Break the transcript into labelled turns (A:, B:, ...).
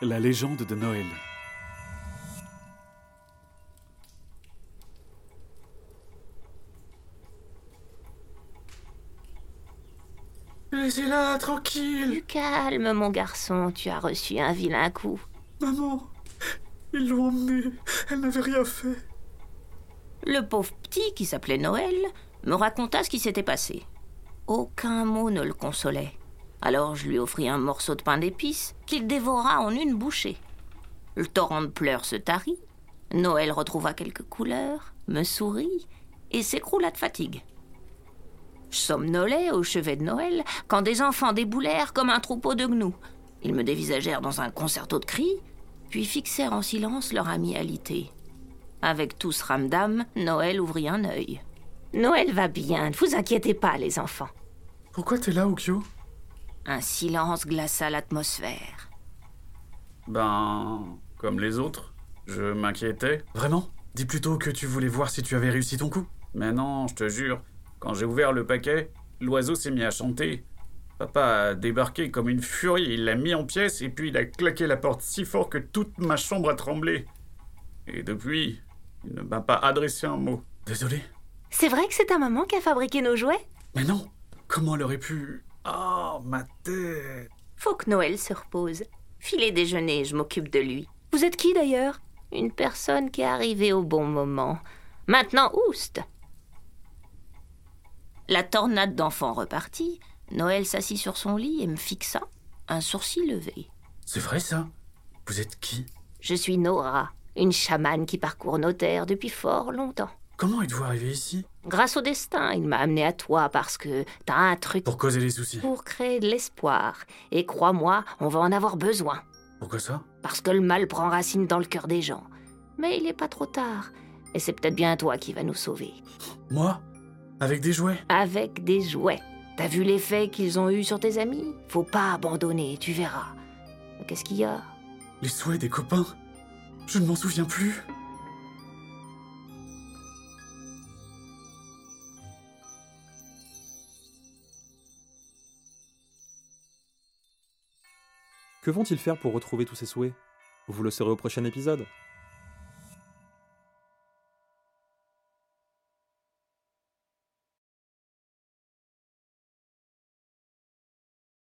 A: La légende de Noël.
B: Laissez-la tranquille
C: Du calme, mon garçon, tu as reçu un vilain coup.
B: Maman Ils l'ont emmenée Elle n'avait rien fait
C: Le pauvre petit, qui s'appelait Noël, me raconta ce qui s'était passé. Aucun mot ne le consolait. Alors je lui offris un morceau de pain d'épices qu'il dévora en une bouchée. Le torrent de pleurs se tarit, Noël retrouva quelques couleurs, me sourit et s'écroula de fatigue. Je somnolais au chevet de Noël quand des enfants déboulèrent comme un troupeau de gnous. Ils me dévisagèrent dans un concerto de cris, puis fixèrent en silence leur ami alité. Avec tout ce ramdam, Noël ouvrit un œil. Noël va bien, ne vous inquiétez pas, les enfants.
B: Pourquoi t'es là, Okyo
C: Un silence glaça l'atmosphère.
D: Ben, comme les autres, je m'inquiétais.
B: Vraiment Dis plutôt que tu voulais voir si tu avais réussi ton coup.
D: Mais non, je te jure, quand j'ai ouvert le paquet, l'oiseau s'est mis à chanter. Papa a débarqué comme une furie, il l'a mis en pièces et puis il a claqué la porte si fort que toute ma chambre a tremblé. Et depuis, il ne m'a pas adressé un mot.
B: Désolé.
E: C'est vrai que c'est ta maman qui a fabriqué nos jouets
B: Mais non Comment elle aurait pu... Ah, ma tête
C: Faut que Noël se repose. Filez déjeuner, je m'occupe de lui.
E: Vous êtes qui d'ailleurs
C: Une personne qui est arrivée au bon moment. Maintenant, ouste La tornade d'enfants repartie, Noël s'assit sur son lit et me fixa, un sourcil levé.
B: C'est vrai ça Vous êtes qui
C: Je suis Nora, une chamane qui parcourt nos terres depuis fort longtemps.
B: Comment êtes-vous arrivé ici
C: Grâce au destin, il m'a amené à toi parce que t'as un truc
B: Pour causer des soucis.
C: pour créer de l'espoir. Et crois-moi, on va en avoir besoin.
B: Pourquoi ça
C: Parce que le mal prend racine dans le cœur des gens. Mais il n'est pas trop tard. Et c'est peut-être bien toi qui vas nous sauver.
B: Moi Avec des jouets
C: Avec des jouets. T'as vu l'effet qu'ils ont eu sur tes amis Faut pas abandonner, tu verras. Qu'est-ce qu'il y a
B: Les souhaits des copains Je ne m'en souviens plus.
F: Que vont-ils faire pour retrouver tous ces souhaits Vous le saurez au prochain épisode.